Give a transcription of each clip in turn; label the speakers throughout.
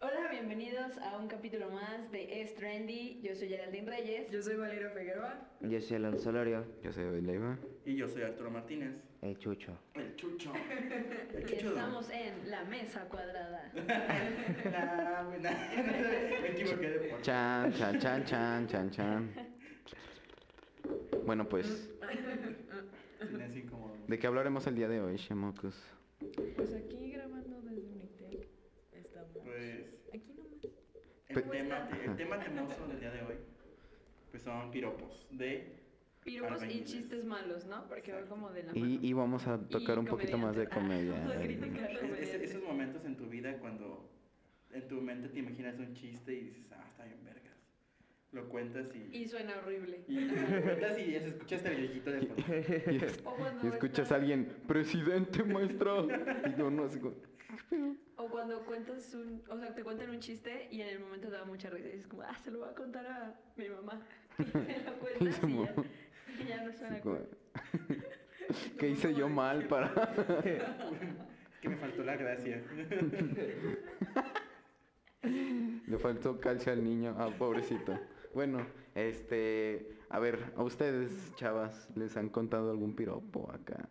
Speaker 1: Hola, bienvenidos a un capítulo más de Es Trendy. Yo soy Geraldine Reyes.
Speaker 2: Yo soy Valeria Figueroa.
Speaker 3: Yo soy Alonso Lorio,
Speaker 4: Yo soy David Leiva.
Speaker 5: Y yo soy Arturo Martínez.
Speaker 3: el chucho.
Speaker 5: El chucho. El
Speaker 1: Y
Speaker 5: chucho.
Speaker 1: estamos en La Mesa Cuadrada.
Speaker 5: Nah, nah, me equivoqué de por.
Speaker 4: Chan, chan, chan, chan, chan, chan. Bueno, pues,
Speaker 5: Silencio incómodo.
Speaker 4: ¿de qué hablaremos el día de hoy, Shemocus?
Speaker 2: Pues aquí grabando desde Unitec estamos.
Speaker 5: Pues
Speaker 2: Aquí nomás.
Speaker 5: el
Speaker 4: Pe-
Speaker 5: tema, el tema temoso del día de hoy pues son piropos de
Speaker 2: Piropos y
Speaker 5: albañiles.
Speaker 2: chistes malos, ¿no? Porque va
Speaker 5: Exacto.
Speaker 2: como de la mano.
Speaker 4: Y, y vamos a tocar un poquito más de comedia. eh.
Speaker 2: comediante. Ah, crítica.
Speaker 5: Es- es- esos momentos en tu vida cuando en tu mente te imaginas un chiste y dices, ah, está bien vergas. Lo cuentas y...
Speaker 2: Y suena horrible.
Speaker 5: Y lo cuentas y ya se escucha hasta el grillito de fondo.
Speaker 4: Y, es-
Speaker 2: O cuando
Speaker 4: y escuchas a alguien, presidente, maestro. Y yo no sé. cómo-
Speaker 2: O cuando cuentas un, o sea, te cuentan un chiste y en el momento te da mucha risa y dices como, ah, se lo voy a contar a mi mamá. Y te lo cuentas y ya, y ya no suena
Speaker 4: así como-
Speaker 2: cool.
Speaker 4: ¿Qué hice yo mal para.?
Speaker 5: Es que me faltó la gracia.
Speaker 4: Le faltó calcio al niño. Ah, pobrecito. Bueno, este. A ver, a ustedes, chavas, ¿les han contado algún piropo acá?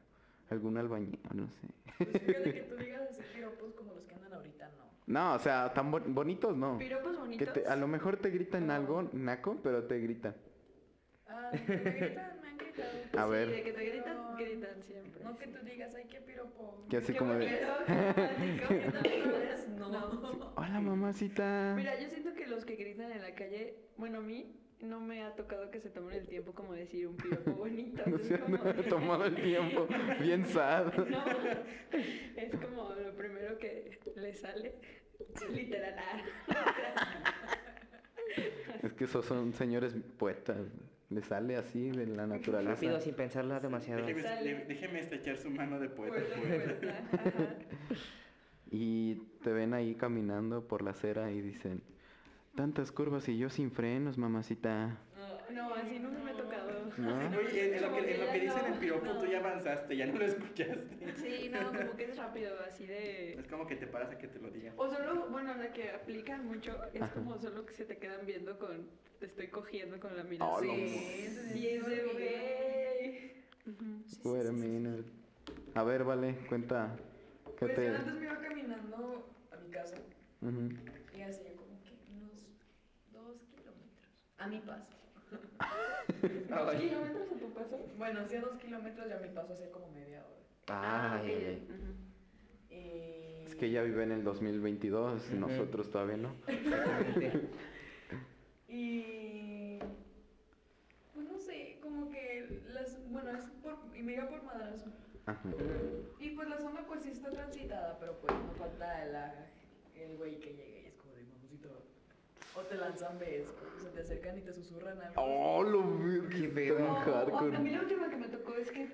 Speaker 4: ¿Algún albañil? No sé.
Speaker 6: Pues fíjate que tú digas así piropos como los que andan ahorita, no.
Speaker 4: No, o sea, tan bon- bonitos no.
Speaker 2: Piropos
Speaker 4: Que
Speaker 2: bonitos.
Speaker 4: te- a lo mejor te gritan algo, naco, pero te gritan.
Speaker 6: Ah, de que me gritan, me han gritado.
Speaker 4: A
Speaker 2: Sí,
Speaker 4: ver.
Speaker 2: de que te gritan,
Speaker 6: Pero-
Speaker 2: gritan siempre.
Speaker 6: No que tú digas, ay, qué piropo.
Speaker 4: Que así como de.
Speaker 6: de... No, no.
Speaker 4: Hola mamacita.
Speaker 2: Mira, yo siento que los que gritan en la calle, bueno, a mí no me ha tocado que se tomen el tiempo como de decir un piropo bonito.
Speaker 4: no
Speaker 2: es
Speaker 4: se han
Speaker 2: como de-
Speaker 4: tomado el tiempo. Bien sad.
Speaker 2: No, es como lo primero que le sale. Literal. ah.
Speaker 4: Es que esos son señores poetas. Le sale así de la naturaleza.
Speaker 3: Rápido, sin pensarla demasiado.
Speaker 5: Déjeme,
Speaker 2: Sale.
Speaker 5: le- déjeme estrechar su mano de poeta.
Speaker 2: Puerta,
Speaker 5: poeta.
Speaker 2: puerta, ajá.
Speaker 4: Y te ven ahí caminando por la acera y dicen, tantas curvas y yo sin frenos, mamacita.
Speaker 2: No, así nunca me ha tocado.
Speaker 4: ¿No?
Speaker 5: Oye, en lo
Speaker 2: Como
Speaker 5: que, en lo
Speaker 2: ya
Speaker 5: que dicen
Speaker 2: no,
Speaker 5: en piropo
Speaker 2: no.
Speaker 5: tú ya avanzaste, ya no lo escuchaste.
Speaker 2: Sí, no, como que es rápido, así de...
Speaker 5: Es como que te paras a que te lo digan.
Speaker 2: O solo, bueno, la que aplican mucho es
Speaker 4: Ajá.
Speaker 2: como solo que se te quedan viendo con, te estoy cogiendo con la
Speaker 4: Ah,
Speaker 2: mirada.
Speaker 4: no.
Speaker 2: Y es de, güey.
Speaker 4: Wait a minute. A ver, vale, cuenta. ¿Qué
Speaker 6: Pues
Speaker 4: te...
Speaker 6: yo antes me iba caminando a mi casa
Speaker 4: Ujú.
Speaker 6: y hacía como que unos dos kilómetros. A mi paso.
Speaker 2: ¿Dos kilómetros a tu paso?
Speaker 6: Bueno, hacía dos kilómetros y a mi paso hacía como media hora.
Speaker 4: Ay, ay, ay.
Speaker 2: Ujú.
Speaker 6: Y...
Speaker 4: Es que ella vive en el 2022,
Speaker 5: Ujú.
Speaker 4: nosotros todavía no.
Speaker 6: Y pues no sé, como que las, bueno, es por, y me iba por madrazo.
Speaker 4: Ajá.
Speaker 6: Y pues la zona pues sí está transitada, pero pues no falta la- el güey que llegue y es como de mamacito. O te lanzan besos, o se te acercan y te susurran algo.
Speaker 4: Oh, lo vi,
Speaker 3: Qué
Speaker 4: tan
Speaker 3: feo.
Speaker 2: No,
Speaker 4: hardcore.
Speaker 2: a mí la última que me tocó es que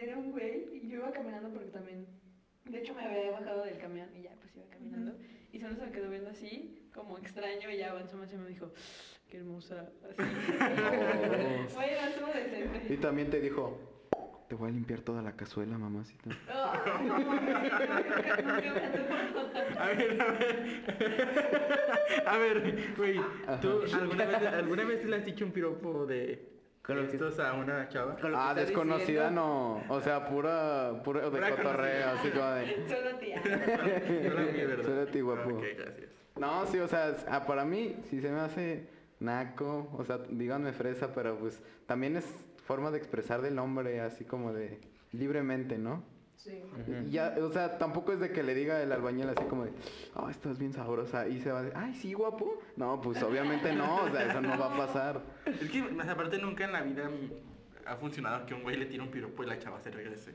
Speaker 2: era un güey y yo iba caminando porque también, de hecho me había bajado del camión y ya pues iba caminando y solo se me quedó viendo así, como extraño y ya avanzó más y me dijo, qué hermosa, así.
Speaker 4: Oh.
Speaker 2: Güey, avanzó decente.
Speaker 4: Y también te dijo, te voy a limpiar toda la cazuela, mamacita.
Speaker 2: Ah, no, nunca- nunca me ha tocado.
Speaker 5: A ver, a ver. A ver, güey, ¿tú alguna vez, alguna vez le has dicho un piropo de
Speaker 3: Creo que-
Speaker 5: estos a una chava?
Speaker 3: Con lo que
Speaker 4: Ah,
Speaker 3: está
Speaker 4: desconocida
Speaker 3: diciendo,
Speaker 4: no. O sea, pura, pura de
Speaker 5: Pura
Speaker 4: cotorreo, así como de.
Speaker 2: Solo tía.
Speaker 4: Solo a ti, guapo.
Speaker 5: Ok, gracias.
Speaker 4: No, sí, o sea, s- ah, para mí, si se me hace naco, o sea, díganme fresa, pero pues también es forma de expresar del hombre, así como de libremente, ¿no?
Speaker 6: Sí.
Speaker 4: Y ya, o sea, tampoco es de que le diga el albañil así como de, oh, estás bien sabrosa, y se va a decir, ay, sí, guapo. No, pues obviamente no, o sea, eso no va a pasar.
Speaker 5: Es que más aparte nunca en la vida mm, ha funcionado que un güey le tire un piropo y la chava se regrese.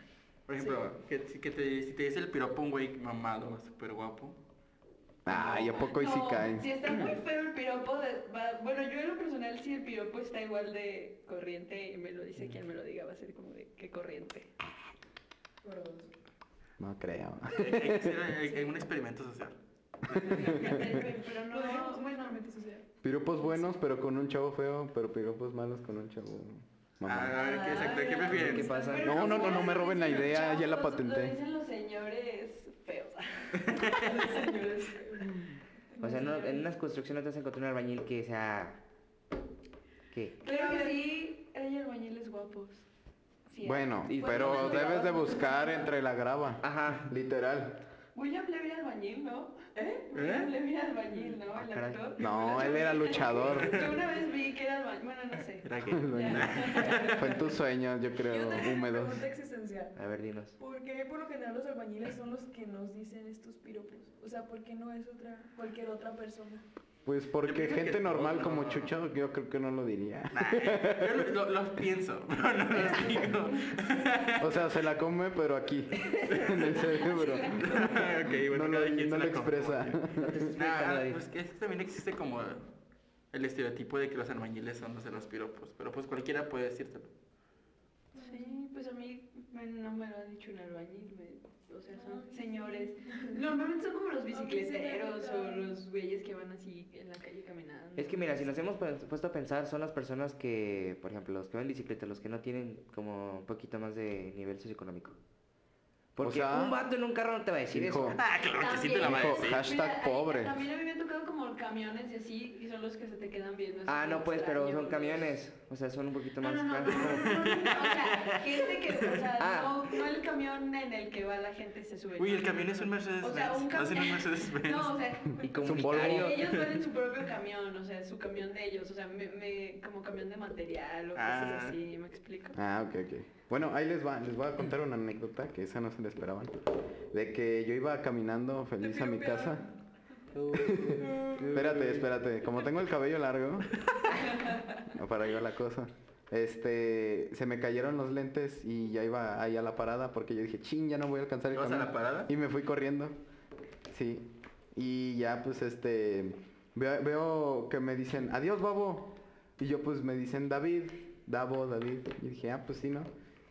Speaker 5: Por ejemplo, que, si- que te, si te dice el piropo un güey mamado, súper guapo,
Speaker 4: Ay, ¿a poco hoy sí
Speaker 2: No,
Speaker 4: caen?
Speaker 2: Si está muy feo el piropo, de- va- bueno, yo en lo personal, si el piropo está igual de corriente y me lo dice quien me lo diga, va a ser como de qué corriente.
Speaker 6: Por dos.
Speaker 4: No creo.
Speaker 5: Hay que hacer eh, algún experimento social.
Speaker 2: Pero no, bueno,
Speaker 4: Piropos buenos, pero con un chavo feo, pero piropos malos con un chavo
Speaker 5: Ah,
Speaker 4: mamá.
Speaker 5: a ver, ¿qué, exacto, ¿qué prefieren?
Speaker 3: ¿Qué pasa?
Speaker 4: No, no, no, no me roben la idea, ya la
Speaker 2: Chavos, Lo
Speaker 4: patenté.
Speaker 2: dicen los señores feos.
Speaker 6: Señores,
Speaker 3: O sea, no, en unas construcciones no te vas a encontrar un albañil que sea... ¿Qué?
Speaker 2: Claro que sí, hay albañiles guapos. Sí, hay.
Speaker 4: Bueno,
Speaker 3: Y-
Speaker 4: pero debes de buscar entre la grava.
Speaker 3: Ajá.
Speaker 4: Literal.
Speaker 2: William Levy era albañil, ¿no? ¿Eh?
Speaker 5: ¿Eh?
Speaker 2: William Levy era albañil, ¿no?
Speaker 3: Ah,
Speaker 2: El
Speaker 3: caray.
Speaker 2: actor.
Speaker 4: No, él era luchador.
Speaker 2: Yo una vez vi que era albañil, bueno, no sé.
Speaker 5: ¿Era qué?
Speaker 4: Fue en tus sueños, yo
Speaker 6: Yo
Speaker 4: creo,
Speaker 6: tengo una
Speaker 4: húmedos.
Speaker 6: pregunta existencial.
Speaker 3: A ver, dinos.
Speaker 6: ¿Por qué por lo general los albañiles son los que nos dicen estos piropos? O sea, ¿por qué no es otra, cualquier otra persona?
Speaker 4: Pues
Speaker 5: Yo
Speaker 4: porque
Speaker 5: pienso que
Speaker 4: gente normal
Speaker 5: todo.
Speaker 4: como Chucho, yo creo que no lo diría.
Speaker 5: Yo lo- lo- los pienso, pero no los digo.
Speaker 4: O sea, se la come, pero aquí, en el cerebro.
Speaker 5: Ok,
Speaker 4: No
Speaker 5: bueno,
Speaker 4: lo,
Speaker 5: cada quien
Speaker 4: no lo
Speaker 5: se la come.
Speaker 4: expresa.
Speaker 3: No te estoy explicando,
Speaker 5: Ah,
Speaker 3: David.
Speaker 5: pues que es que también existe como el estereotipo de que los albañiles son los de los piropos, pero pues cualquiera puede decírtelo.
Speaker 2: Sí, pues a mí me- no me lo ha dicho un albañil, me- o sea, son señores. Normalmente son como los bicicleteros o los güeyes que van así en la calle caminando.
Speaker 3: Es que mira, si nos hemos pu- puesto a pensar, son las personas que, por ejemplo, los que van en bicicleta, los que no tienen como un poquito más de nivel socioeconómico. Porque
Speaker 4: sea,
Speaker 3: un vato en un carro no te va a decir
Speaker 4: hijo,
Speaker 3: eso.
Speaker 5: Ah, claro que sí te la va a
Speaker 4: También.
Speaker 5: decir.
Speaker 4: hashtag
Speaker 2: Mira, ahí-
Speaker 4: pobre.
Speaker 2: También a mí me han tocado como camiones y así, y son los que se te quedan viendo. así
Speaker 3: Ah,
Speaker 2: como
Speaker 3: no, pues, pero
Speaker 2: extraño,
Speaker 3: son
Speaker 2: güey.
Speaker 3: camiones. O sea, son un poquito
Speaker 2: No,
Speaker 3: más
Speaker 2: no, no, no,
Speaker 3: grandes.
Speaker 2: no, no, no, o sea, gente que, o sea,
Speaker 3: Ah.
Speaker 2: no, no el camión en el que va la gente y se sube.
Speaker 5: Uy, el camión es un Mercedes
Speaker 2: O sea, un
Speaker 5: Benz. Hacen un Mercedes Benz.
Speaker 2: No, o sea,
Speaker 3: Y
Speaker 4: Volvo.
Speaker 3: comunitario.
Speaker 2: Ellos van en su propio camión, o sea, su camión de ellos, o sea, me, me- como camión de material o cosas
Speaker 5: Ah.
Speaker 2: así, ¿me explico?
Speaker 4: Ah, ok, ok. Bueno, ahí les va, les voy a contar una anécdota que esa no se la esperaban. De que yo iba caminando feliz a mi casa. Espérate, espérate. Como tengo el cabello largo, no, para ahí va la cosa. Este, se me cayeron los lentes y ya iba ahí a la parada porque yo dije, ching, ya no voy a alcanzar el
Speaker 5: ¿Ibas a
Speaker 4: camión.
Speaker 5: la parada?
Speaker 4: Y me fui corriendo. Sí. Y ya pues este veo, veo que me dicen, "Adiós, babo." Y yo pues me dicen, "David, Davo, David." Y dije, "Ah, pues sí, ¿no?"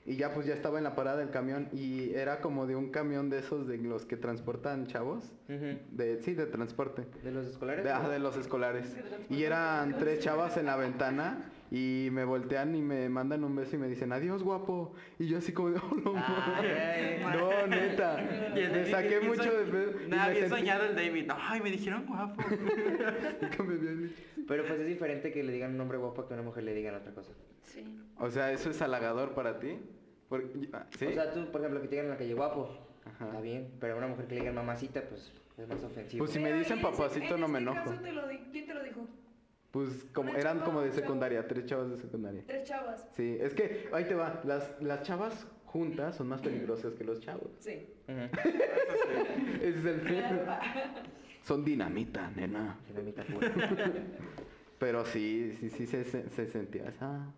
Speaker 4: Y ya pues ya estaba en la parada del camión y era como de un camión de esos de los que transportan chavos.
Speaker 3: Ujú.
Speaker 4: De, sí, de transporte.
Speaker 3: ¿De los escolares?
Speaker 4: De, ah, de los escolares. Y eran tres chavas en la ventana y me voltean y me mandan un beso y me dicen, adiós guapo. Y yo así como, de, "Oh, no,
Speaker 3: Ah, ya, ya.
Speaker 4: no, neta.
Speaker 5: Y el-
Speaker 4: Me
Speaker 5: y-
Speaker 4: saqué
Speaker 5: y- y
Speaker 4: mucho de
Speaker 5: soy-
Speaker 4: pedo y
Speaker 5: Nada,
Speaker 4: me
Speaker 5: bien
Speaker 4: sentí-
Speaker 5: soñado el David. Ay, me dijeron guapo.
Speaker 4: que me habían dicho.
Speaker 3: Pero pues es diferente que le digan un hombre guapo a que a una mujer le digan otra cosa.
Speaker 2: Sí.
Speaker 4: O sea, ¿eso es halagador para ti? Por- ah, ¿Sí?
Speaker 3: O sea, tú, por ejemplo, que te digan en la calle guapo,
Speaker 4: Ajá.
Speaker 3: está bien. Pero a una mujer que le digan mamacita, pues es más ofensivo.
Speaker 4: Pues Si me
Speaker 6: Pero
Speaker 4: dicen
Speaker 6: en ese-
Speaker 4: papacito,
Speaker 6: en
Speaker 4: no me
Speaker 6: este
Speaker 4: enojo.
Speaker 6: caso te lo di- ¿Quién te lo dijo?
Speaker 4: pues como,
Speaker 6: una
Speaker 4: eran
Speaker 6: chava,
Speaker 4: como de
Speaker 6: un chavo.
Speaker 4: secundaria, tres chavas de secundaria.
Speaker 6: Tres chavas.
Speaker 4: Sí, es que, ahí te va, las, las chavas juntas son más peligrosas que los chavos.
Speaker 6: Sí.
Speaker 3: Ujú.
Speaker 4: Ese es el pedo. Son dinamita, nena.
Speaker 3: Dinamita pura.
Speaker 4: Pero sí, sí, sí se, se- se sentía esa.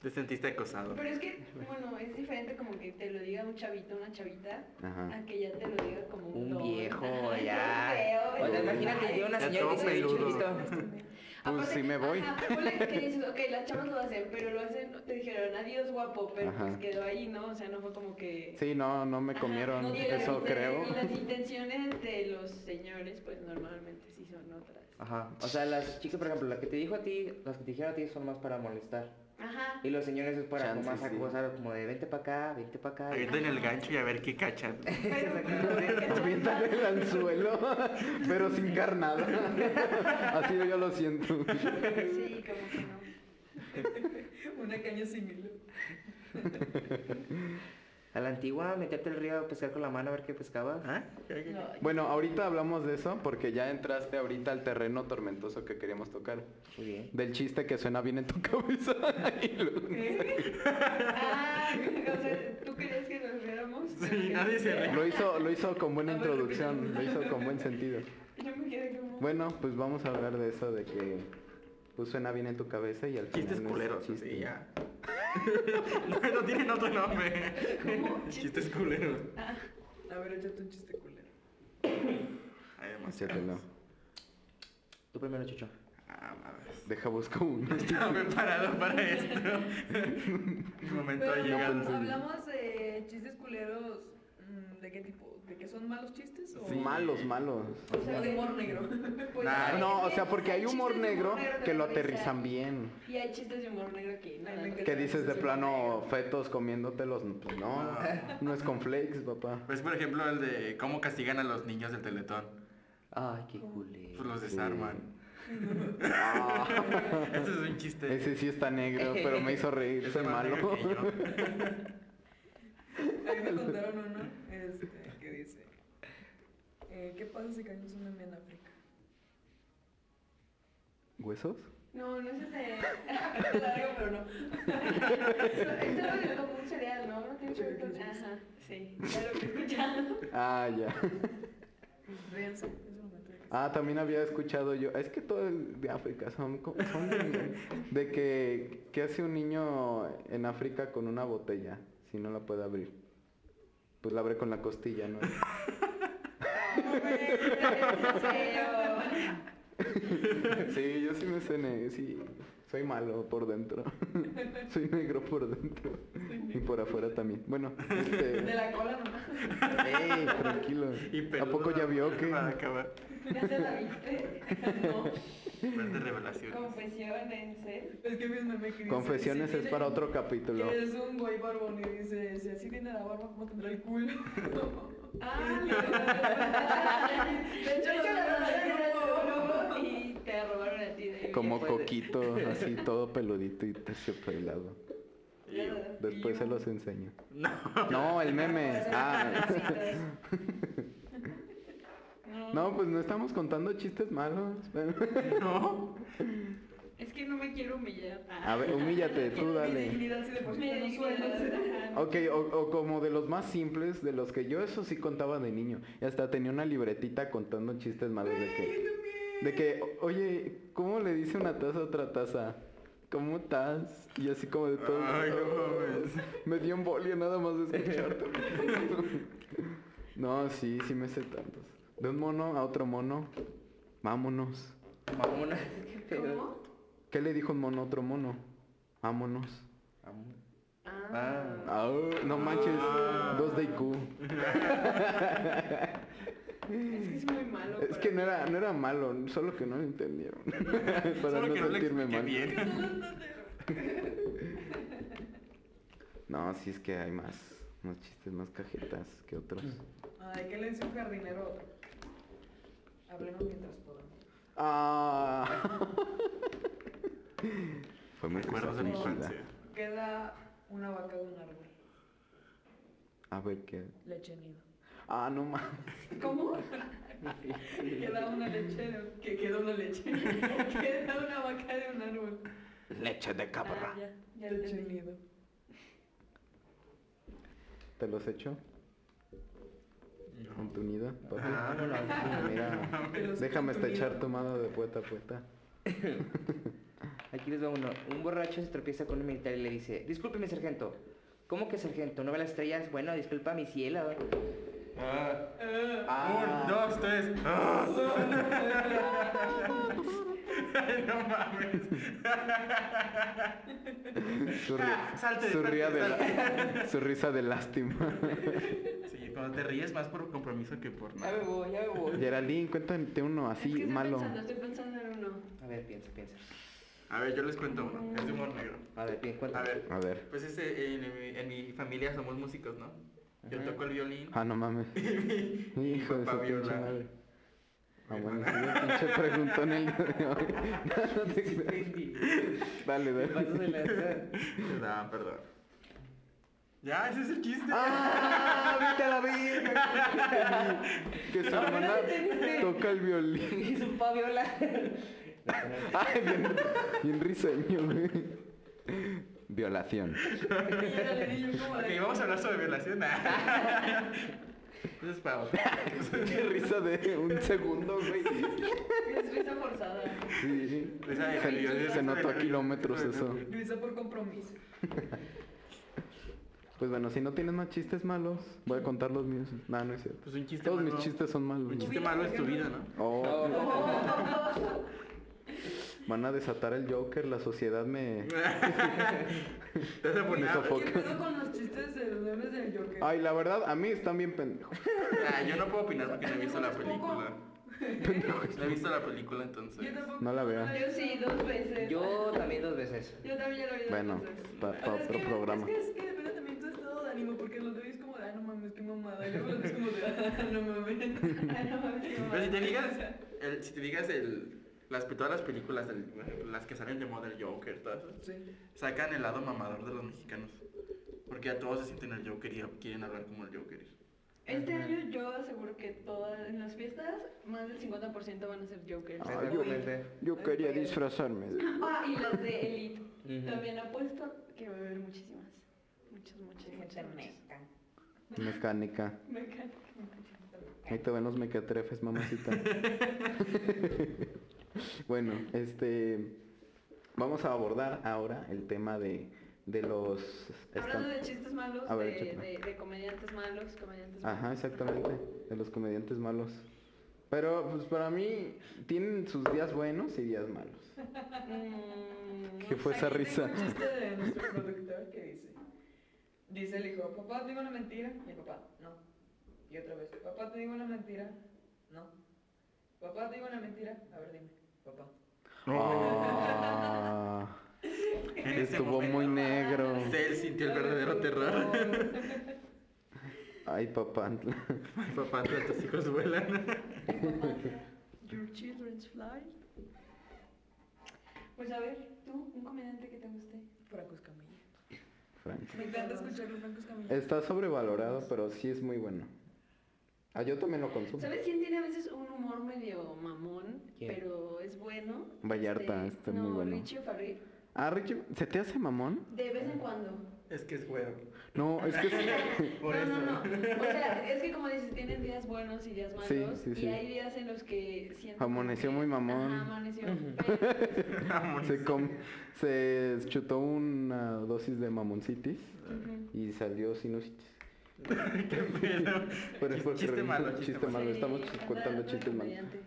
Speaker 5: Te sentiste acosado.
Speaker 2: Pero es que, bueno, es diferente como que te lo diga un chavito, una chavita,
Speaker 4: Ajá.
Speaker 2: a que ya te lo diga como un,
Speaker 3: Un
Speaker 2: don.
Speaker 3: viejo,
Speaker 2: Ajá,
Speaker 3: ya.
Speaker 2: qué feo,
Speaker 3: O sea,
Speaker 2: ¿verdad?
Speaker 3: imagínate, llega una
Speaker 5: Ya
Speaker 3: señora y
Speaker 5: todo
Speaker 3: te dice,
Speaker 5: peludo.
Speaker 3: "Chiquito".
Speaker 4: Pues sí me voy.
Speaker 2: Ajá, ponle que dices, ok, las chavas lo hacen, pero lo hacen, te dijeron adiós guapo, pero
Speaker 4: Ajá.
Speaker 2: pues quedó ahí, ¿no? O sea, no fue como que...
Speaker 4: Sí, no, no me
Speaker 2: Ajá,
Speaker 4: comieron,
Speaker 2: no tiene
Speaker 4: eso
Speaker 2: las inten-
Speaker 4: creo.
Speaker 2: Y las intenciones de los señores, pues normalmente sí son otras.
Speaker 3: Ajá. O sea, las chicas, por ejemplo, la que te dijo a ti, las que te dijeron a ti son más para molestar.
Speaker 2: Ajá.
Speaker 3: Y los señores es para
Speaker 4: Chance,
Speaker 3: como más
Speaker 4: sí.
Speaker 3: acosar, como de vente para acá, vente para acá.
Speaker 5: Avienten el gancho y a ver qué cachan.
Speaker 4: Avientan el anzuelo, pero sin carnada. Así yo lo siento.
Speaker 2: Sí, como que no.
Speaker 6: Una caña sin hilo.
Speaker 3: A la antigua, meterte al río a pescar con la mano a ver qué pescabas.
Speaker 5: ¿Ah?
Speaker 6: No,
Speaker 4: Bueno, ahorita hablamos de eso porque ya entraste ahorita al terreno tormentoso que queríamos tocar.
Speaker 3: Muy bien.
Speaker 4: Del chiste que suena bien en tu cabeza. Y lo-
Speaker 2: Ah, o sea, ¿tú crees que nos riéramos?
Speaker 5: Sí, nadie se ríe.
Speaker 4: Lo hizo, lo hizo con buena
Speaker 2: A ver,
Speaker 4: introducción, lo hizo con buen sentido.
Speaker 2: Yo me quedé como...
Speaker 4: Bueno, pues vamos a hablar de eso de que pues suena bien en tu cabeza y al final
Speaker 5: Chistes
Speaker 4: no es
Speaker 5: culeros,
Speaker 4: chiste.
Speaker 5: sí, ya. no, no tienen otro nombre.
Speaker 2: ¿Cómo?
Speaker 5: Chistes culeros.
Speaker 6: A ver, échate un chiste culero.
Speaker 5: Ay, Hay demasiadas.
Speaker 4: Échatelo.
Speaker 3: Tú primero, Chucho.
Speaker 5: Ah, madres.
Speaker 4: Deja busco uno.
Speaker 5: Estaba preparado para esto. Mi momento ha
Speaker 6: Pero
Speaker 5: llegado.
Speaker 6: hablamos de chistes culeros, mm, ¿de qué tipo? ¿De que son malos chistes? O,
Speaker 4: Malos, malos.
Speaker 6: o sea, de humor negro. Pues,
Speaker 5: Nah,
Speaker 6: ay,
Speaker 4: No, o sea, porque hay
Speaker 2: Chistes de
Speaker 4: humor
Speaker 2: humor
Speaker 4: negro
Speaker 2: negro
Speaker 4: que
Speaker 2: que
Speaker 4: lo
Speaker 2: dan risa.
Speaker 4: aterrizan bien.
Speaker 2: Y hay chistes de humor negro que no
Speaker 6: Ay, me
Speaker 2: dan risa.
Speaker 6: encanta.
Speaker 4: Que dices de plano fetos comiéndotelos. Pues no, no es con flakes, papá.
Speaker 5: Pues por ejemplo el de cómo castigan a los niños del teletón.
Speaker 3: Ay, qué culé.
Speaker 5: Pues los desarman. Ese es un chiste.
Speaker 4: Ese sí está negro, pero me hizo reír.
Speaker 5: Es
Speaker 4: Soy
Speaker 5: más
Speaker 4: malo.
Speaker 5: negro que yo.
Speaker 6: A mí me contaron uno este, que dice: eh, ¿Qué pasa si caemos una mía en África?
Speaker 4: ¿Huesos?
Speaker 2: No, no es ese. Está largo, pero no. es algo de como un cereal, ¿no? No tiene que ver con- Ajá, sí. Ya lo he escuchado.
Speaker 4: Ah, ya.
Speaker 6: Ríense, Pues, es un momento de que
Speaker 4: Ah, también había escuchado yo. Es que todo el de África son, co- son de, de que ¿qué hace un niño en África con una botella si no la puede abrir? Pues la abre con la costilla, ¿no?
Speaker 2: Pero-
Speaker 4: Sí, yo sí me cené, sí. Soy malo por dentro. Soy negro por dentro. Y por afuera también. Bueno, este.
Speaker 6: De la cola nomás.
Speaker 4: Ey, tranquilo.
Speaker 5: Y
Speaker 4: ¿A poco
Speaker 5: peludo Ah,
Speaker 4: ya vio que.?
Speaker 5: Para acabar.
Speaker 2: ¿Ya se la viste? Ah, No.
Speaker 5: Fuerte revelación.
Speaker 2: Confesiones, ¿eh?
Speaker 6: Es que vi un meme que dice,
Speaker 4: Confesiones
Speaker 6: si
Speaker 4: es
Speaker 6: tiene-
Speaker 4: para otro capítulo.
Speaker 6: que es un güey barbón y dice: Si así tiene la barba, ¿cómo tendrá el culo?
Speaker 2: Ah,
Speaker 6: De
Speaker 2: no.
Speaker 6: hecho,
Speaker 2: De hecho,
Speaker 6: lo
Speaker 2: la verdad
Speaker 6: mandaron
Speaker 2: era
Speaker 6: al grupo.
Speaker 2: yo, y te robaron a ti. de-
Speaker 4: Como
Speaker 2: después de-
Speaker 4: coquito, así todo peludito y terciopelado.
Speaker 5: Iu.
Speaker 4: Después se los enseño.
Speaker 5: No.
Speaker 4: No, el meme.
Speaker 2: Después de
Speaker 4: Ah.
Speaker 2: las citas. No,
Speaker 4: No, pues no estamos contando chistes malos.
Speaker 5: No.
Speaker 2: Es que no me quiero humillar. Ah.
Speaker 4: A ver, humíllate, tú
Speaker 6: Mi
Speaker 4: dale.
Speaker 6: dignidad, si de por sí
Speaker 2: Me
Speaker 6: ya no
Speaker 2: dijo el
Speaker 6: sueltas.
Speaker 4: Ok, o, o como de los más simples, de los que yo eso sí contaba de niño. Y hasta tenía una libretita contando chistes malos de que. De que, o- oye, ¿cómo le dice una taza a otra taza? ¿Cómo estás? Y así como de todo.
Speaker 5: Ay, no mames.
Speaker 4: Me dio embolia nada más de escucharte. no, sí, sí me sé tantos. De un mono a otro mono. Vámonos.
Speaker 5: Mamona.
Speaker 2: ¿Cómo?
Speaker 4: ¿Qué le dijo un mono a otro mono? Vámonos.
Speaker 5: Ah.
Speaker 4: Ah, no manches.
Speaker 5: Ah.
Speaker 4: Dos de IQ.
Speaker 2: Es que es muy malo.
Speaker 4: Es
Speaker 2: para-
Speaker 4: que no era, no era malo, solo que no lo entendieron. Para
Speaker 5: Solo
Speaker 4: no
Speaker 5: que no le
Speaker 4: sentirme
Speaker 5: expliqué
Speaker 4: mal.
Speaker 5: bien.
Speaker 4: No, sí es que hay más, más chistes, más cajetas que otros.
Speaker 6: Ay, ¿qué le dice un jardinero a otro? Hablemos mientras podamos.
Speaker 4: Ah. Fue muy
Speaker 5: Recuerdos de mi infancia.
Speaker 6: Queda una vaca de un árbol.
Speaker 4: A ver qué.
Speaker 6: Leche nido.
Speaker 4: Ah, no más.
Speaker 2: ¿Cómo?
Speaker 6: Queda una leche de un... Que queda una leche. queda una vaca de un árbol.
Speaker 4: Leche de
Speaker 2: Ah, ya. Ya lo
Speaker 6: Leche
Speaker 2: entendí.
Speaker 6: nido.
Speaker 4: ¿Te los echo? ¿En tu nido? papi?
Speaker 5: Ah,
Speaker 4: Mira,
Speaker 6: Te los echo en tu
Speaker 4: déjame hasta
Speaker 6: nido.
Speaker 4: echar tomada de puerta a puerta.
Speaker 3: Aquí les va uno. Un borracho se tropieza con un militar y le dice, discúlpeme, sargento. ¿Cómo que sargento? ¿No ve las estrellas? Bueno, disculpa mi cielo.
Speaker 5: Ah.
Speaker 4: Ah.
Speaker 5: Un, dos, tres. Ah. Ay, no mames.
Speaker 4: Su, ri-
Speaker 5: Ah, salte,
Speaker 4: su ría
Speaker 5: salte,
Speaker 4: de la- su risa de lástima.
Speaker 5: Sí, cuando te ríes más por compromiso que por
Speaker 3: Ya me
Speaker 5: nada.
Speaker 3: voy, ya me voy.
Speaker 4: Geraldine, cuéntate uno
Speaker 2: Es que
Speaker 4: así
Speaker 2: estoy
Speaker 4: malo.
Speaker 2: Pensando, estoy pensando en uno.
Speaker 3: A ver, piensa, piensa.
Speaker 5: A ver, yo les cuento uno. Es de humor negro.
Speaker 3: A ver, piensa, cuéntame.
Speaker 5: A ver,
Speaker 4: A ver.
Speaker 5: pues ese, en, mi, en mi familia somos músicos, ¿no? Yo
Speaker 3: Ajá.
Speaker 5: toco el violín.
Speaker 4: Ah, no mames. Hijo de
Speaker 5: papá
Speaker 4: su pinche
Speaker 5: viola.
Speaker 4: madre. Ah, bueno, sí, el pinche preguntón el día de hoy. No te creas. dale,
Speaker 3: Me paso de
Speaker 4: dale.
Speaker 3: lanza.
Speaker 5: Ah, perdón. Ya, ese es el chiste.
Speaker 4: ¡Ah! ¡Vete a la verga! Que su hermana toca el violín.
Speaker 3: Y su paviola.
Speaker 4: Ay, bien, bien risueño, güey. Violación.
Speaker 6: Y ya le di yo como
Speaker 5: ok,
Speaker 6: de...
Speaker 5: vamos a hablar sobre violación. Ah. Eso es para otro.
Speaker 4: Qué risa de un segundo, güey.
Speaker 2: Es risa forzada.
Speaker 4: Sí.
Speaker 5: Esa de
Speaker 4: Se,
Speaker 5: violación.
Speaker 4: se notó a kilómetros eso.
Speaker 6: Luisa por compromiso.
Speaker 4: Pues bueno, si no tienes más chistes malos, voy a contar los míos. No, no es cierto.
Speaker 5: Pues un chiste
Speaker 4: Todos
Speaker 5: malo.
Speaker 4: mis chistes son malos.
Speaker 5: Un chiste malo es tu vida, ¿no?
Speaker 4: Oh. Van a desatar el Joker, la sociedad me...
Speaker 5: Te vas a poner.
Speaker 4: me
Speaker 6: ¿Qué
Speaker 4: sofoca.
Speaker 6: pedo con los chistes de los memes del Joker?
Speaker 4: Ay, la verdad, a mí están bien pendejos.
Speaker 5: Ah, yo no puedo opinar porque no he visto la
Speaker 6: Tampoco.
Speaker 5: película. No he visto la película
Speaker 6: Yo
Speaker 5: entonces.
Speaker 6: tampoco.
Speaker 4: No la veo.
Speaker 2: Yo sí, dos veces.
Speaker 3: Yo también dos veces.
Speaker 2: Yo también ya lo vi dos
Speaker 4: Bueno,
Speaker 2: veces.
Speaker 4: para
Speaker 6: Pero es
Speaker 4: otro
Speaker 6: que-
Speaker 4: programa.
Speaker 6: Es que, es que depende también de tu estado de ánimo, porque los ves como de, ah, no mames, qué mamada. Y luego los ves como de, ah, no mames.
Speaker 2: Ay, no mames, qué
Speaker 5: Pero si
Speaker 2: mamada.
Speaker 5: te digas, el- si te digas el, las, pe- todas las películas, del- por ejemplo, las que salen de moda, el Joker, todas esas,
Speaker 6: Sí.
Speaker 5: sacan el lado mamador de los mexicanos. Porque a todos se sienten el Joker y quieren hablar como el Joker.
Speaker 2: Este año yo aseguro que todas en las fiestas más del 50% van a ser Jokers.
Speaker 4: Ay,
Speaker 2: Ah,
Speaker 4: yo-
Speaker 3: Exactamente.
Speaker 4: Yo quería disfrazarme.
Speaker 2: y las de Elite.
Speaker 3: Ujú.
Speaker 2: También apuesto que va a haber muchísimas. Muchas, muchas, muchas. muchas.
Speaker 4: Mecánica.
Speaker 2: Me encanta.
Speaker 4: Ahí te ven los mecatrefes, mamacita. bueno, este. Vamos a abordar ahora el tema de, de los. esta-
Speaker 2: Hablando de chistes malos,
Speaker 4: A ver,
Speaker 2: de,
Speaker 4: échatela.
Speaker 2: de, de comediantes malos, comediantes
Speaker 4: Ajá,
Speaker 2: malos.
Speaker 4: exactamente. De los comediantes malos. Pero, pues para mí, tienen sus días buenos y días malos.
Speaker 2: Mm,
Speaker 4: ¿Qué fue esa
Speaker 6: Aquí
Speaker 4: risa?
Speaker 6: Tengo un chiste de nuestro productor que dice. Dice el hijo, papá, te digo una mentira. Y el papá, no. Y otra vez, papá, te digo una mentira. No. Papá, te digo una mentira. A ver, dime. Papá.
Speaker 4: Ah,
Speaker 5: En ese
Speaker 4: estuvo muy
Speaker 5: momento,
Speaker 4: negro.
Speaker 5: Él sintió el verdadero terror.
Speaker 4: Ay, papá.
Speaker 5: Ay, Papá, tus hijos vuelan.
Speaker 2: Your children's fly. Pues a ver, tú, un comediante que te guste.
Speaker 6: Franco Escamilla.
Speaker 4: Frank.
Speaker 6: Me encanta escucharlo, Franco Escamilla.
Speaker 4: Está sobrevalorado, pero sí es muy bueno. Ah, yo también lo consumo.
Speaker 2: ¿Sabes quién tiene a veces un humor medio mamón,
Speaker 3: ¿Quién?
Speaker 2: pero es bueno?
Speaker 4: Vallarta, este es
Speaker 2: no,
Speaker 4: muy bueno.
Speaker 2: Richie Farrell.
Speaker 4: Ah, Richie, ¿se te hace mamón?
Speaker 2: De vez en cuando.
Speaker 5: Es que es güero.
Speaker 4: No, es que sí.
Speaker 5: Por
Speaker 2: no,
Speaker 5: eso.
Speaker 2: no, no. O sea, es que como dices, tienen días buenos y días
Speaker 4: Sí,
Speaker 2: malos.
Speaker 4: sí, sí.
Speaker 2: Y hay días en los que siento.
Speaker 4: Amaneció
Speaker 2: como
Speaker 4: muy mamón.
Speaker 2: Ajá, amaneció. pero- pues,
Speaker 5: Vamos.
Speaker 4: se, com- se chutó una dosis de mamoncitis
Speaker 2: Ujú.
Speaker 4: y salió sinusitis.
Speaker 5: Qué pedo.
Speaker 4: Pero es
Speaker 5: Chis-
Speaker 4: porque-
Speaker 5: chiste malo, chiste,
Speaker 4: chiste
Speaker 5: malo.
Speaker 4: malo. estamos
Speaker 2: Sí,
Speaker 4: contando
Speaker 2: hablando de
Speaker 4: chistes malos.
Speaker 2: comediante.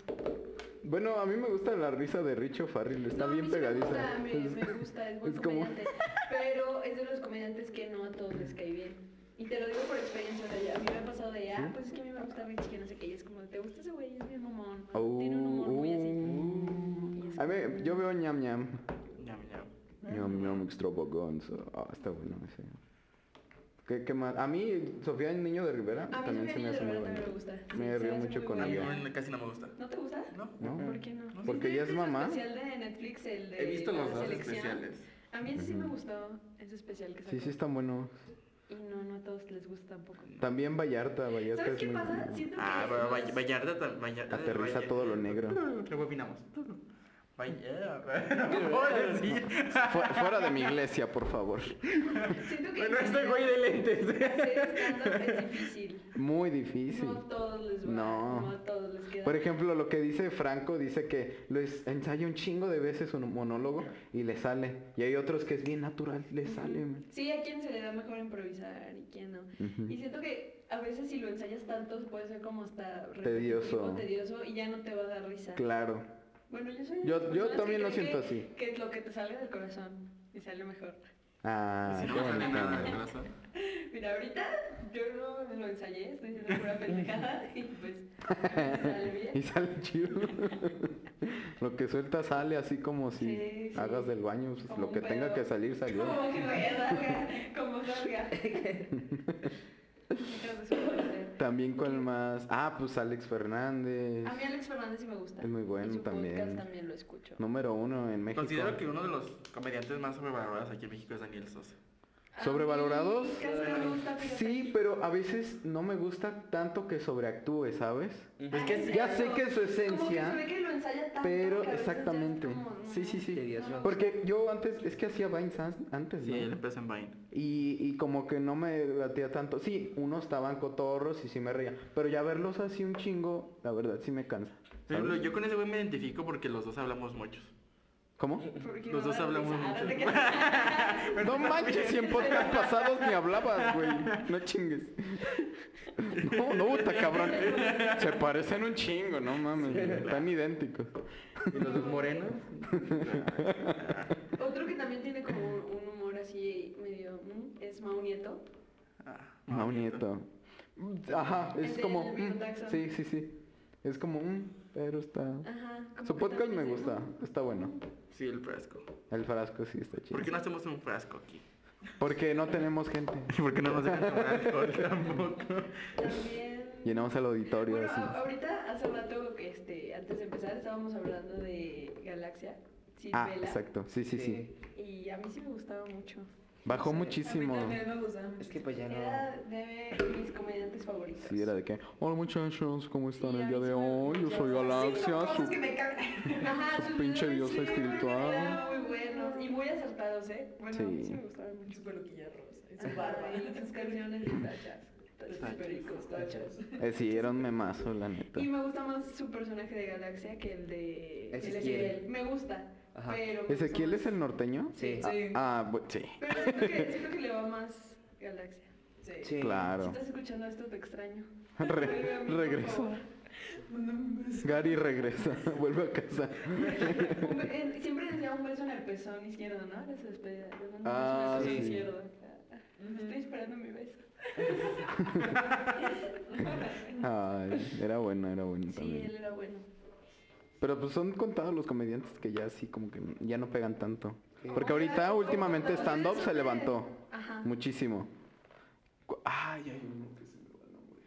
Speaker 4: Bueno, a mí me gusta la risa de Richo Farrell, está
Speaker 2: No, a
Speaker 4: bien
Speaker 2: mí sí
Speaker 4: pegadiza.
Speaker 2: Me gusta, me,
Speaker 4: Es-
Speaker 2: me gusta, es buen
Speaker 4: es como-
Speaker 2: comediante. Pero es de los comediantes que no a todos les cae bien. Y te lo digo por experiencia, de ella. A mí me ha pasado de ella,
Speaker 4: ¿Sí?
Speaker 2: pues es que a mí me gusta Rich, que no sé qué. Y es como, ¿te gusta ese güey? Es bien mamón.
Speaker 4: Oh,
Speaker 2: Tiene un humor muy así.
Speaker 4: oh.
Speaker 2: Y es
Speaker 4: A ver,
Speaker 2: como-
Speaker 4: yo veo ñam ñam.
Speaker 5: Ñam, ñam.
Speaker 4: Ñam ñam extravaganza. Ah, está bueno ese. ¿Qué, qué más? A mí, Sofía el Niño de Rivera
Speaker 2: A mí
Speaker 4: también se me hace muy
Speaker 2: Me
Speaker 4: bueno.
Speaker 2: gusta.
Speaker 4: Me
Speaker 2: se
Speaker 4: río
Speaker 2: hace
Speaker 4: mucho
Speaker 2: muy
Speaker 4: con
Speaker 5: A mí
Speaker 2: buena.
Speaker 4: ella.
Speaker 5: no- casi no me gusta.
Speaker 2: ¿No te gusta?
Speaker 5: No.
Speaker 4: ¿No?
Speaker 2: ¿Por qué no?
Speaker 5: No sé.
Speaker 4: Porque ella es
Speaker 2: ¿Viste su
Speaker 4: mamá.
Speaker 2: especial de Netflix, el de
Speaker 5: He visto los
Speaker 2: la
Speaker 5: dos
Speaker 2: selección?
Speaker 5: especiales.
Speaker 2: A mí ese sí me
Speaker 4: Ujú.
Speaker 2: gustó, ese especial que sacó.
Speaker 4: Sí, sí, está bueno.
Speaker 2: Y no, no a todos les gusta tampoco.
Speaker 4: También Vallarta, Vallarta
Speaker 2: ¿Sabes
Speaker 4: es
Speaker 2: qué
Speaker 4: muy
Speaker 2: pasa?
Speaker 4: bueno.
Speaker 2: Siento que
Speaker 5: Ah,
Speaker 2: es
Speaker 5: pero
Speaker 2: más-
Speaker 5: Vall- Vallarta tam- Vallarta-
Speaker 4: Aterriza
Speaker 5: Vall-
Speaker 4: todo lo negro.
Speaker 5: Luego opinamos. Vallarta. No puedo decir.
Speaker 4: Fu- fuera de mi iglesia, por favor.
Speaker 2: Siento que
Speaker 5: Bueno, este güey de lentes.
Speaker 2: Hacer stand-up es difícil.
Speaker 4: Muy difícil.
Speaker 2: No a todos les va.
Speaker 4: No.
Speaker 2: No. a todos les queda.
Speaker 4: Por ejemplo, lo que dice Franco, dice que lo es- ensaya un chingo de veces un monólogo y le sale. Y hay otros que es bien natural, le
Speaker 2: Ujú.
Speaker 4: sale. man.
Speaker 2: Sí, a quién se le da mejor improvisar y quién no.
Speaker 4: Ujú.
Speaker 2: Y siento que a veces si lo ensayas tanto puede ser como hasta repetitivo,
Speaker 4: Tedioso.
Speaker 2: tedioso y ya no te va a dar risa.
Speaker 4: Claro.
Speaker 2: Bueno, yo soy de
Speaker 4: Yo-
Speaker 2: las
Speaker 4: yo
Speaker 2: personas que
Speaker 4: también lo
Speaker 2: creen
Speaker 4: siento
Speaker 2: que-
Speaker 4: así.
Speaker 2: Que lo que te sale del corazón y sale mejor.
Speaker 4: Ah,
Speaker 5: Si no
Speaker 4: qué
Speaker 5: me sale
Speaker 4: bonito.
Speaker 5: nada del corazón.
Speaker 2: Mira, ahorita yo no lo ensayé, estoy haciendo pura pendejada y pues sale bien.
Speaker 4: Y sale chido. lo que suelta sale así como si
Speaker 2: Sí, sí.
Speaker 4: hagas del baño, pues,
Speaker 2: Como
Speaker 4: lo
Speaker 2: un
Speaker 4: que tenga
Speaker 2: pedo.
Speaker 4: que salir salió.
Speaker 2: Como que vaya, salga, como salga. Dejas de sorprender.
Speaker 4: También con más. Ah, pues Alex Fernández.
Speaker 2: A mí Alex Fernández sí me gusta.
Speaker 4: Es muy bueno
Speaker 2: Y su
Speaker 4: también.
Speaker 2: podcast también lo escucho.
Speaker 4: Número uno en México.
Speaker 5: Considero que uno de los comediantes más sobrevalorados aquí en México es Daniel Sosa.
Speaker 2: A mí
Speaker 4: ¿Sobrevalorados?
Speaker 2: Casi no me gusta, fíjate.
Speaker 4: Sí, pero a veces no me gusta tanto que sobreactúe, ¿sabes?
Speaker 5: Es que
Speaker 2: Ay,
Speaker 5: sí.
Speaker 4: Ya sé que es su
Speaker 2: Como que se
Speaker 4: esencia,
Speaker 2: ve que lo ensaya tanto.
Speaker 4: pero
Speaker 2: que a veces ya es
Speaker 4: exactamente.
Speaker 2: como, "Mm, no,
Speaker 4: Sí, sí, sí.
Speaker 3: Tedioso.
Speaker 2: no.
Speaker 4: Porque yo antes, es que hacía Vines an- antes,
Speaker 5: Sí, él
Speaker 4: ¿no?
Speaker 5: empezó en Vine.
Speaker 4: Y, y como que no me latía tanto. Sí, unos estaban cotorros y sí me reía. Pero ya verlos así un chingo, la verdad sí me cansa.
Speaker 5: Por ejemplo,
Speaker 4: ¿sabes?
Speaker 5: yo con ese güey me identifico porque los dos hablamos muchos.
Speaker 4: ¿Cómo?
Speaker 2: Porque
Speaker 5: Los
Speaker 2: no
Speaker 5: dos
Speaker 2: da
Speaker 5: hablamos
Speaker 2: risa. Ah, no te
Speaker 5: mucho.
Speaker 2: creas.
Speaker 4: No manches, si en podcast pasados ni hablabas, güey. No chingues. No, no, está cabrón. Se parecen un chingo, no mames. güey. Están idénticos.
Speaker 3: ¿Y los morenos?
Speaker 2: Otro que también tiene como un, un humor así medio mm, es Mau Nieto.
Speaker 5: Ah,
Speaker 4: Ah, un nieto. Ajá,
Speaker 2: El
Speaker 4: es
Speaker 2: del
Speaker 4: como.
Speaker 2: Beto
Speaker 4: mm,
Speaker 2: Taxon.
Speaker 4: Sí, sí, sí. Es como. mm, Pero está.
Speaker 2: Ajá. Ah, como
Speaker 4: Su
Speaker 2: que
Speaker 4: podcast me
Speaker 2: también es de,
Speaker 4: gusta. Está bueno.
Speaker 5: Sí, el frasco.
Speaker 4: El frasco sí está chido.
Speaker 5: ¿Por qué no hacemos un frasco aquí?
Speaker 4: Porque no tenemos gente.
Speaker 5: ¿Por qué no nos dejan tomar alcohol tampoco?
Speaker 2: También.
Speaker 4: Llenamos el auditorio
Speaker 2: Bueno,
Speaker 4: así.
Speaker 2: a- ahorita hace rato, este, antes de empezar, estábamos hablando de Galaxia. Sin
Speaker 4: Ah,
Speaker 2: vela,
Speaker 4: exacto. Sí, sí, sí.
Speaker 2: Y a mí sí me gustaba mucho.
Speaker 4: Bajó
Speaker 6: Sí,
Speaker 4: muchísimo.
Speaker 6: A mí también me gustaba
Speaker 3: Es que pues ya
Speaker 2: Era
Speaker 3: no.
Speaker 2: de mis comediantes favoritos.
Speaker 4: Sí, era de qué. Hola muchachos, ¿cómo están
Speaker 2: Sí,
Speaker 4: el
Speaker 2: a
Speaker 4: día
Speaker 2: mí
Speaker 4: de
Speaker 2: sí me-
Speaker 4: hoy? Yo
Speaker 2: ya
Speaker 4: soy
Speaker 2: sé.
Speaker 4: Galaxia,
Speaker 6: Cinco
Speaker 4: su
Speaker 6: cosas que me cagan.
Speaker 2: Ajá, sus
Speaker 4: pinche
Speaker 2: videos
Speaker 4: diosa
Speaker 2: sí,
Speaker 4: espiritual.
Speaker 2: Eran muy buenos y muy acertados, ¿eh? Bueno,
Speaker 4: Sí.
Speaker 2: sí, me gustaban mucho.
Speaker 6: Su peluquilla rosa. y
Speaker 2: Ajá,
Speaker 6: Su barba.
Speaker 2: Y sus canciones y tachas.
Speaker 6: Sus pericos, tachas.
Speaker 4: Eh, sí, era un memazo, la neta.
Speaker 2: Y me gusta más su personaje de Galaxia que el de el de
Speaker 3: Ezequiel.
Speaker 2: Ezequiel. Me gusta,
Speaker 3: Ajá.
Speaker 2: pero... me
Speaker 4: ¿Ezequiel es
Speaker 2: gusta
Speaker 4: el norteño?
Speaker 3: Sí.
Speaker 4: Ah,
Speaker 6: Sí.
Speaker 4: ah, bu- sí.
Speaker 2: más. Pero siento que, siento que le va más Galaxia.
Speaker 6: Sí.
Speaker 3: Sí.
Speaker 2: Si
Speaker 4: Claro.
Speaker 2: estás escuchando esto, te extraño. Vuelve a
Speaker 4: Re-
Speaker 2: mí, por favor.
Speaker 4: regresa.
Speaker 6: Mándame un beso.
Speaker 4: Gary regresa. Vuelve a casa.
Speaker 2: Un be- en- Siempre decía un beso en el pezón izquierdo, ¿no? Era su despedida. Le mando un beso
Speaker 4: Ah,
Speaker 2: en el pezón
Speaker 4: sí.
Speaker 2: izquierdo.
Speaker 6: Ujú.
Speaker 2: Estoy esperando mi beso.
Speaker 4: Ay, era bueno, era bueno
Speaker 2: Sí,
Speaker 4: también.
Speaker 2: él era bueno.
Speaker 4: Pero pues son contados los comediantes que ya así como que ya no pegan tanto.
Speaker 3: Sí.
Speaker 4: Porque ahorita últimamente
Speaker 2: Como cuando
Speaker 4: stand-up se
Speaker 2: eres
Speaker 4: levantó
Speaker 2: Ajá.
Speaker 4: muchísimo. Cu- Ay, hay uno que se me va el nombre.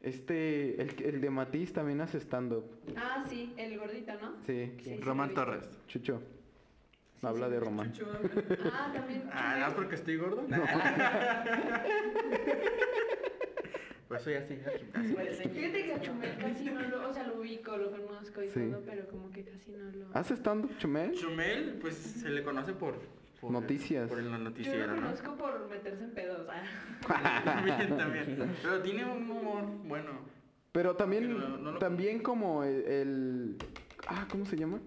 Speaker 4: Este, el, el de Matiz también hace stand-up.
Speaker 2: Ah, sí, el gordito, ¿no?
Speaker 4: Sí,
Speaker 2: Sí, sí, lo
Speaker 5: Román
Speaker 2: vi.
Speaker 5: Torres.
Speaker 4: Chucho. Habla de Román.
Speaker 6: Chucho,
Speaker 2: Ah, también.
Speaker 5: Ah, ¿no es porque estoy gordo? Por eso ya estoy en el gimnasio.
Speaker 2: Fíjate que a Chumel casi no lo, o sea, lo ubico, lo conozco y
Speaker 4: Sí. Ah,
Speaker 2: todo, pero como que casi no lo...
Speaker 4: ¿Hace stand-up, Chumel?
Speaker 5: Chumel, pues se le conoce por... por
Speaker 4: Noticias.
Speaker 5: Por el
Speaker 2: Yo lo
Speaker 5: noticiero, ¿no?
Speaker 2: conozco por meterse en pedos. ah.
Speaker 5: también, también. Pero tiene un humor bueno.
Speaker 4: Pero también,
Speaker 5: Pero no- no lo-
Speaker 4: también como el, el- Ah, ¿cómo se llama?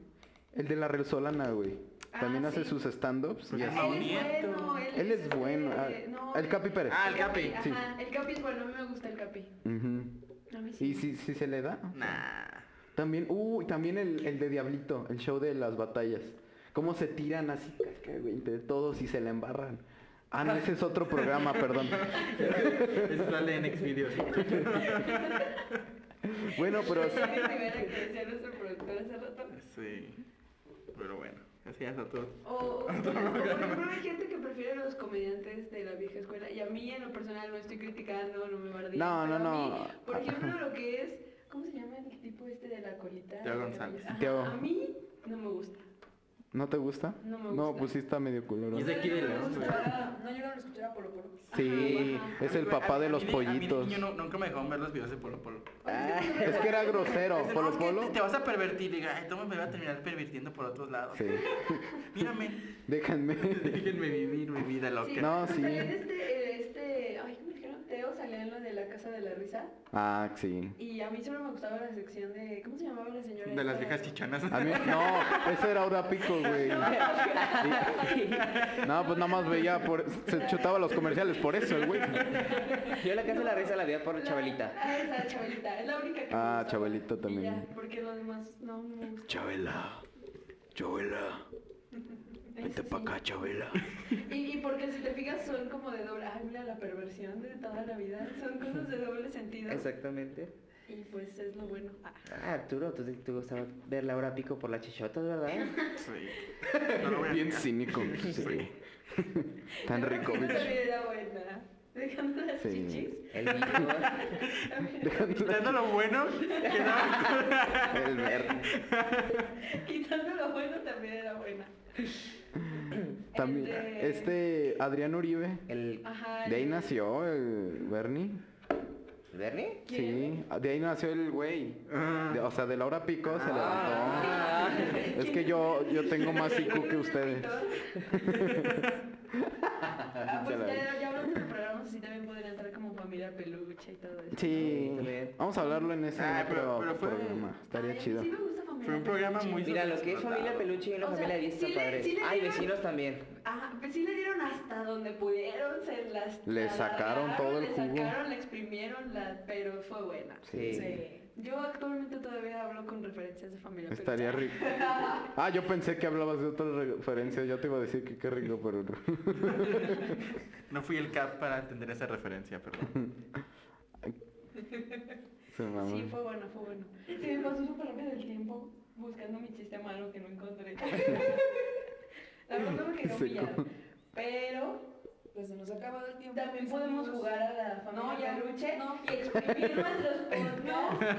Speaker 4: El de la Resolana, güey.
Speaker 2: Ah,
Speaker 4: También hace
Speaker 2: sí.
Speaker 4: sus stand-ups y
Speaker 5: Porque
Speaker 2: Ah, Él
Speaker 4: así.
Speaker 5: Mau
Speaker 2: es
Speaker 5: Nieto.
Speaker 2: bueno, él,
Speaker 4: Él es
Speaker 2: este,
Speaker 4: bueno. ah,
Speaker 2: no,
Speaker 4: el
Speaker 2: él-
Speaker 4: Capi Pérez.
Speaker 5: Ah, el Capi.
Speaker 2: Ajá,
Speaker 4: sí.
Speaker 2: el Capi es bueno, a mí me gusta el Capi.
Speaker 4: Ujú.
Speaker 2: A mí sí.
Speaker 4: Y si, si se le da.
Speaker 5: Nah.
Speaker 4: También, uh, también el, el de Diablito, el show de las batallas. Cómo se tiran así, caca, güey, entre todos y se la embarran. Ah, no, ese es otro programa, perdón.
Speaker 5: Eso sale en Xvideos.
Speaker 4: Bueno, pero
Speaker 2: Jenny Rivera, que decía nuestro productor hace rato.
Speaker 5: Sí. Pero bueno, así ya está todo.
Speaker 2: O, o- o sea, por ejemplo, hay gente que prefiere a los comediantes de la vieja escuela y a mí en lo personal no estoy criticando, no me bardeen.
Speaker 4: No,
Speaker 2: pero
Speaker 4: no,
Speaker 2: a mí,
Speaker 4: no.
Speaker 2: por ejemplo, lo que es, ¿cómo se llama el tipo este de la colita?
Speaker 5: Teo González.
Speaker 2: Ajá,
Speaker 4: Teo.
Speaker 2: A mí no me gusta.
Speaker 4: ¿no te gusta?
Speaker 2: No me
Speaker 4: No,
Speaker 2: gusta.
Speaker 4: pues sí está medio culero.
Speaker 5: Y es de aquí de León. güey.
Speaker 6: Ah, No llegaron a escuchar a Polo Polo.
Speaker 4: Sí,
Speaker 2: Ajá, ajá.
Speaker 4: es el
Speaker 5: A mí-
Speaker 4: papá
Speaker 5: a
Speaker 4: de
Speaker 5: mí-
Speaker 4: los
Speaker 5: a mí de
Speaker 4: pollitos.
Speaker 5: niño no- nunca me dejaron ver los videos de Polo Polo.
Speaker 4: Es que era grosero,
Speaker 5: Dice, "No, es
Speaker 4: Polo
Speaker 5: que
Speaker 4: Polo.
Speaker 5: te- Te vas a pervertir. Diga, ay, toma, me voy a terminar pervirtiendo por otros lados.
Speaker 4: Sí,
Speaker 5: Mírame.
Speaker 4: déjenme.
Speaker 5: Déjenme vivir mi vida loca.
Speaker 2: Sí,
Speaker 4: No, sí.
Speaker 2: Salía en este, eh, este, ay, ¿cómo le dijeron? Teo salía en lo de la casa de la risa
Speaker 4: Ah, sí.
Speaker 2: y a mí solo me gustaba la sección de, ¿cómo se llamaba la señora?
Speaker 5: De las
Speaker 2: esta?
Speaker 5: viejas chichonas.
Speaker 4: A mí, no, ese era Aura Pico, güey. No, pues nada más veía, por, se chutaba los comerciales por eso, el güey.
Speaker 3: Yo la casa de la risa la veía por
Speaker 2: La-
Speaker 3: Chabelita.
Speaker 2: Ah, esa Chabelita, es la única que me
Speaker 4: Ah,
Speaker 2: gustaba.
Speaker 4: Chabelita
Speaker 2: Y
Speaker 4: también.
Speaker 2: ya, porque los demás no me gustan.
Speaker 4: Chabela, Chabela,
Speaker 2: Eso sí.
Speaker 4: Chabela.
Speaker 2: Y, y porque si te fijas son como de doble, ay, mira la perversión de toda la vida, son cosas de doble sentido.
Speaker 3: Exactamente.
Speaker 2: Y pues es lo bueno. Ah.
Speaker 3: Ah, Arturo, tú te gustaba ver la hora pico por las chichotas, ¿verdad?
Speaker 5: Sí. No lo voy a
Speaker 4: Bien
Speaker 5: negar.
Speaker 4: cínico.
Speaker 5: Sí.
Speaker 4: Sí. Tan rico,
Speaker 2: Esa
Speaker 4: bitch.
Speaker 2: vida buena. Dejando las
Speaker 4: Sí.
Speaker 2: chichis.
Speaker 3: El bicho.
Speaker 5: Quitando lo bueno, que no.
Speaker 4: El verde.
Speaker 2: Quitando lo bueno también era buena.
Speaker 4: También,
Speaker 2: El de-
Speaker 4: este Adrián Uribe,
Speaker 3: El.
Speaker 2: Ajá.
Speaker 4: de ahí
Speaker 2: el-
Speaker 4: nació el Bernie.
Speaker 3: ¿Bernie?
Speaker 4: Sí,
Speaker 2: ¿Quién?
Speaker 4: de ahí nació el güey.
Speaker 5: Ah,
Speaker 4: De- o sea, de Laura Pico se levantó.
Speaker 3: Ah.
Speaker 4: Es que yo, yo tengo más IQ que
Speaker 2: ¿Quién es
Speaker 4: ustedes.
Speaker 2: Ah, pues
Speaker 4: Se la-
Speaker 2: ya, ya hablando de programas así también podría entrar como familia peluche y todo eso.
Speaker 4: Sí,
Speaker 3: Está bien.
Speaker 4: vamos a hablarlo en ese
Speaker 5: Ah,
Speaker 4: otro
Speaker 5: pero- pero fue-
Speaker 4: programa. Estaría
Speaker 2: Ay, a mí
Speaker 4: chido.
Speaker 2: Sí me gusta familia
Speaker 5: Fue un programa muy
Speaker 3: Mira, lo que es familia
Speaker 5: sobreexplotado.
Speaker 3: peluche y una
Speaker 2: O sea,
Speaker 3: familia de 10
Speaker 2: sí le-
Speaker 3: está padre.
Speaker 2: sí le
Speaker 3: Ay,
Speaker 2: dieron-
Speaker 3: vecinos también.
Speaker 2: Ajá, pues sí le dieron hasta donde pudieron, se las
Speaker 4: Le
Speaker 2: la
Speaker 4: sacaron
Speaker 2: alargaron,
Speaker 4: todo el
Speaker 2: le
Speaker 4: jugo.
Speaker 2: sacaron, le exprimieron, la, pero fue buena.
Speaker 3: Sí.
Speaker 2: Yo actualmente todavía hablo con referencias de familia. pero
Speaker 4: Estaría
Speaker 2: ya.
Speaker 4: rico. Ah, yo pensé que hablabas de otra referencia. Yo te iba a decir que qué rico, pero no.
Speaker 5: No fui el cap para entender esa referencia, perdón.
Speaker 4: Se mamó.
Speaker 2: Sí, fue bueno, fue bueno. Se me pasó súper rápido el tiempo buscando mi chiste malo que no encontré. La verdad me quedó
Speaker 4: Seco.
Speaker 2: humillada. Pero
Speaker 6: Pues se nos ha acabado el tiempo.
Speaker 2: también podemos jugar a la familia
Speaker 6: No, ya.
Speaker 2: Peluche
Speaker 6: No.
Speaker 2: y exprimir nuestros podcasts y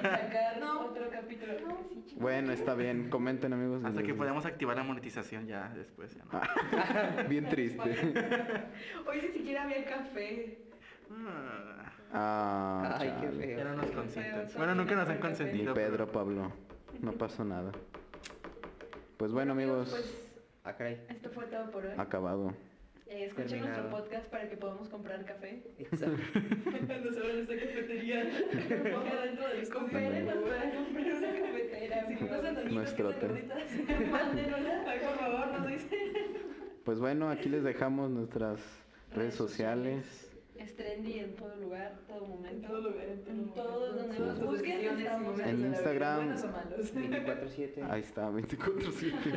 Speaker 2: sacar
Speaker 6: No.
Speaker 2: otro capítulo. Sí, chicos.
Speaker 4: Bueno, está bien. Comenten, amigos.
Speaker 5: Hasta que
Speaker 4: Les-
Speaker 5: podamos activar la monetización ya después. Ya no.
Speaker 4: Bien triste.
Speaker 2: Hoy ni siquiera había café.
Speaker 5: Ah,
Speaker 4: Ah,
Speaker 3: Ay, qué
Speaker 4: chale.
Speaker 5: ya no
Speaker 3: feo.
Speaker 5: nos consienten. Bueno, nunca nos han
Speaker 4: Ni
Speaker 5: consentido.
Speaker 4: Pedro
Speaker 5: pero-
Speaker 4: Pablo. No pasó nada. Pues bueno, amigos,
Speaker 2: Pues
Speaker 3: Ah, caray.
Speaker 2: esto fue todo por hoy.
Speaker 4: acabado.
Speaker 2: Eh, escuchen
Speaker 3: terminado.
Speaker 2: nuestro podcast para que podamos comprar café.
Speaker 3: Exacto.
Speaker 6: Cuando se van a esta cafetería.
Speaker 2: Ponga dentro del Cooperen, nos pueden comprar una cafetera. Si no se
Speaker 4: Nuestro hotel.
Speaker 2: Mándenla, por favor, nos dicen.
Speaker 4: Pues bueno, aquí les dejamos nuestras redes sociales.
Speaker 2: Es trendy en todo lugar, todo momento.
Speaker 6: En todo lugar, en todo
Speaker 2: En todos
Speaker 6: momento.
Speaker 2: donde
Speaker 6: Sí.
Speaker 2: nos
Speaker 6: Tus
Speaker 2: busquen,
Speaker 6: decisiones y
Speaker 2: estamos.
Speaker 6: momentos
Speaker 4: En
Speaker 6: de la vida,
Speaker 4: Instagram.
Speaker 6: buenos o malos.
Speaker 3: 24-7.
Speaker 4: Ahí está, 24-7.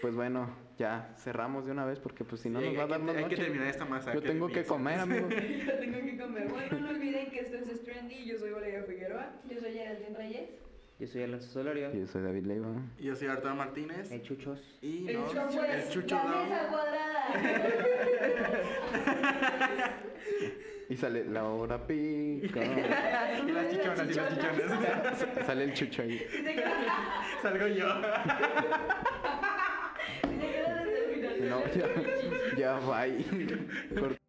Speaker 4: pues bueno, ya cerramos de una vez porque pues si no
Speaker 5: Sí,
Speaker 4: nos
Speaker 5: hay
Speaker 4: va a
Speaker 5: que-
Speaker 4: dar más
Speaker 5: Hay que
Speaker 4: noche.
Speaker 5: terminar esta masa.
Speaker 4: Yo tengo que
Speaker 5: empieza.
Speaker 4: comer, amigos.
Speaker 6: Yo tengo que comer. Bueno, no olviden que esto es Strandy. Yo soy Valeria Figueroa.
Speaker 2: Yo soy Geraldine Reyes.
Speaker 3: Yo soy Alonso Solorio.
Speaker 4: Yo soy David Leiva.
Speaker 5: Yo soy Arturo Martínez.
Speaker 3: En chuchos.
Speaker 5: Y
Speaker 6: El
Speaker 5: no,
Speaker 6: chucho
Speaker 5: el
Speaker 6: es-
Speaker 5: chucho
Speaker 2: La
Speaker 5: Down.
Speaker 2: mesa cuadrada.
Speaker 4: Y sale la hora pica.
Speaker 5: Y las chichonas, y las chichonas.
Speaker 4: sale el chucho ahí.
Speaker 2: Si te quedas
Speaker 5: Salgo yo.
Speaker 2: si te quedas desde el final.
Speaker 4: No, ya, ya, bye. Corta.